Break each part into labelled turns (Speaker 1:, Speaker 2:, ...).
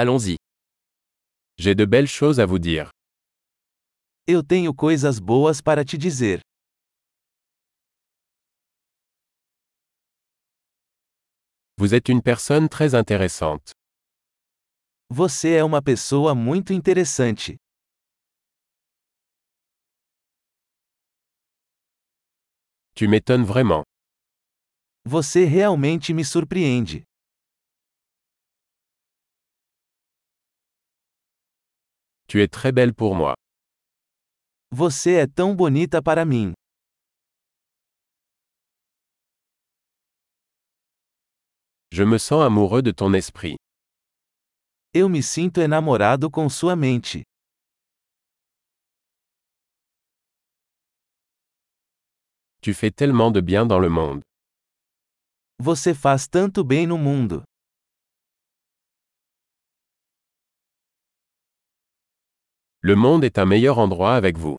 Speaker 1: Allons-y. J'ai de belles choses à vous dire.
Speaker 2: Eu tenho coisas boas para te dizer.
Speaker 1: Vous êtes une personne très intéressante.
Speaker 2: Você é uma pessoa muito interessante.
Speaker 1: Tu m'étonnes vraiment.
Speaker 2: Você realmente me surpreende.
Speaker 1: Tu es très belle pour moi.
Speaker 2: Você é tão bonita para mim.
Speaker 1: Je me sens amoureux de ton esprit.
Speaker 2: Eu me sinto enamorado com sua mente.
Speaker 1: Tu fais tellement de bien dans le monde.
Speaker 2: Você faz tanto bem no mundo.
Speaker 1: Le monde est un meilleur endroit avec vous.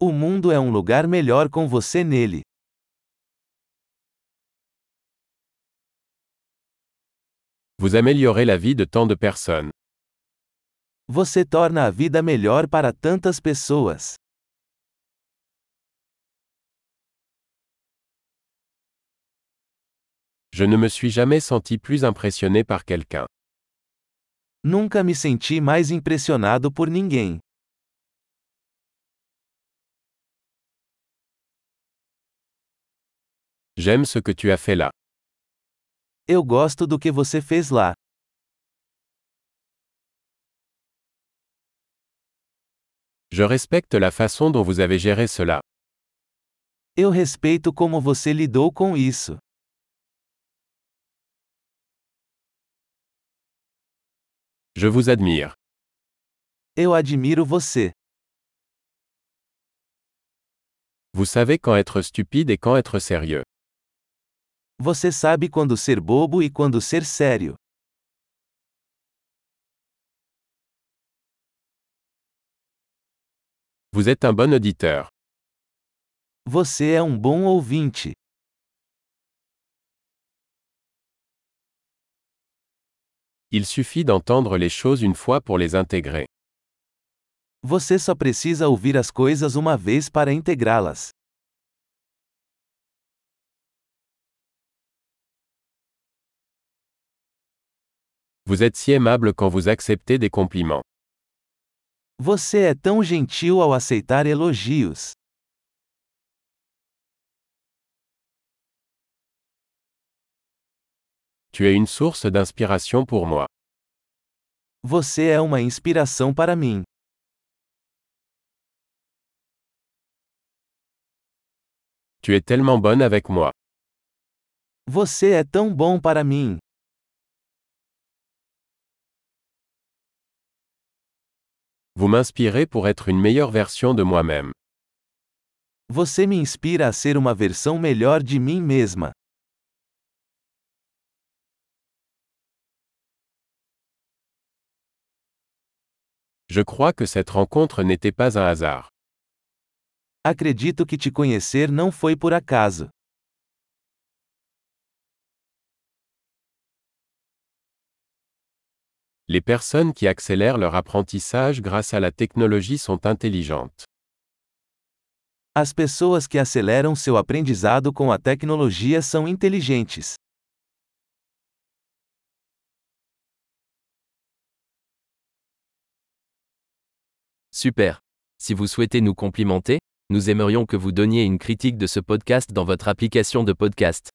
Speaker 2: O mundo é um lugar melhor com você nele.
Speaker 1: Vous améliorez la vie de tant de personnes.
Speaker 2: Você torna a vida melhor para tantas pessoas.
Speaker 1: Je ne me suis jamais senti plus impressionné par quelqu'un.
Speaker 2: Nunca me senti mais impressionado por ninguém.
Speaker 1: J'aime ce que tu as fait là.
Speaker 2: Eu gosto do que você fez lá.
Speaker 1: Je respecte la façon dont vous avez géré cela.
Speaker 2: Eu respeito como você lidou com isso.
Speaker 1: Je vous admire.
Speaker 2: Eu admiro você.
Speaker 1: Vous savez quand être stupide et quand être sérieux.
Speaker 2: Você sabe quando ser bobo e quando ser sério.
Speaker 1: Vous êtes un bon auditeur.
Speaker 2: Você é um bom ouvinte.
Speaker 1: Il suffit d'entendre les choses une fois pour les intégrer.
Speaker 2: Você só precisa ouvir as coisas uma vez para integrá-las.
Speaker 1: Vous êtes si aimable quand vous acceptez des compliments.
Speaker 2: Você é tão gentil ao aceitar elogios.
Speaker 1: Tu es une source d'inspiration pour moi.
Speaker 2: Você é uma inspiração para mim.
Speaker 1: Tu es tellement bonne avec moi.
Speaker 2: Você é tão bom para mim.
Speaker 1: Vous m'inspirez pour être une meilleure version de moi-même.
Speaker 2: Você me inspira a ser uma versão melhor de mim mesma.
Speaker 1: Je crois que cette rencontre n'était pas un hasard.
Speaker 2: Acredito que te conhecer não foi por acaso.
Speaker 1: Les personnes qui accélèrent leur apprentissage grâce à la technologie sont intelligentes.
Speaker 2: As pessoas que aceleram seu aprendizado com a tecnologia são inteligentes.
Speaker 3: Super. Si vous souhaitez nous complimenter, nous aimerions que vous donniez une critique de ce podcast dans votre application de podcast.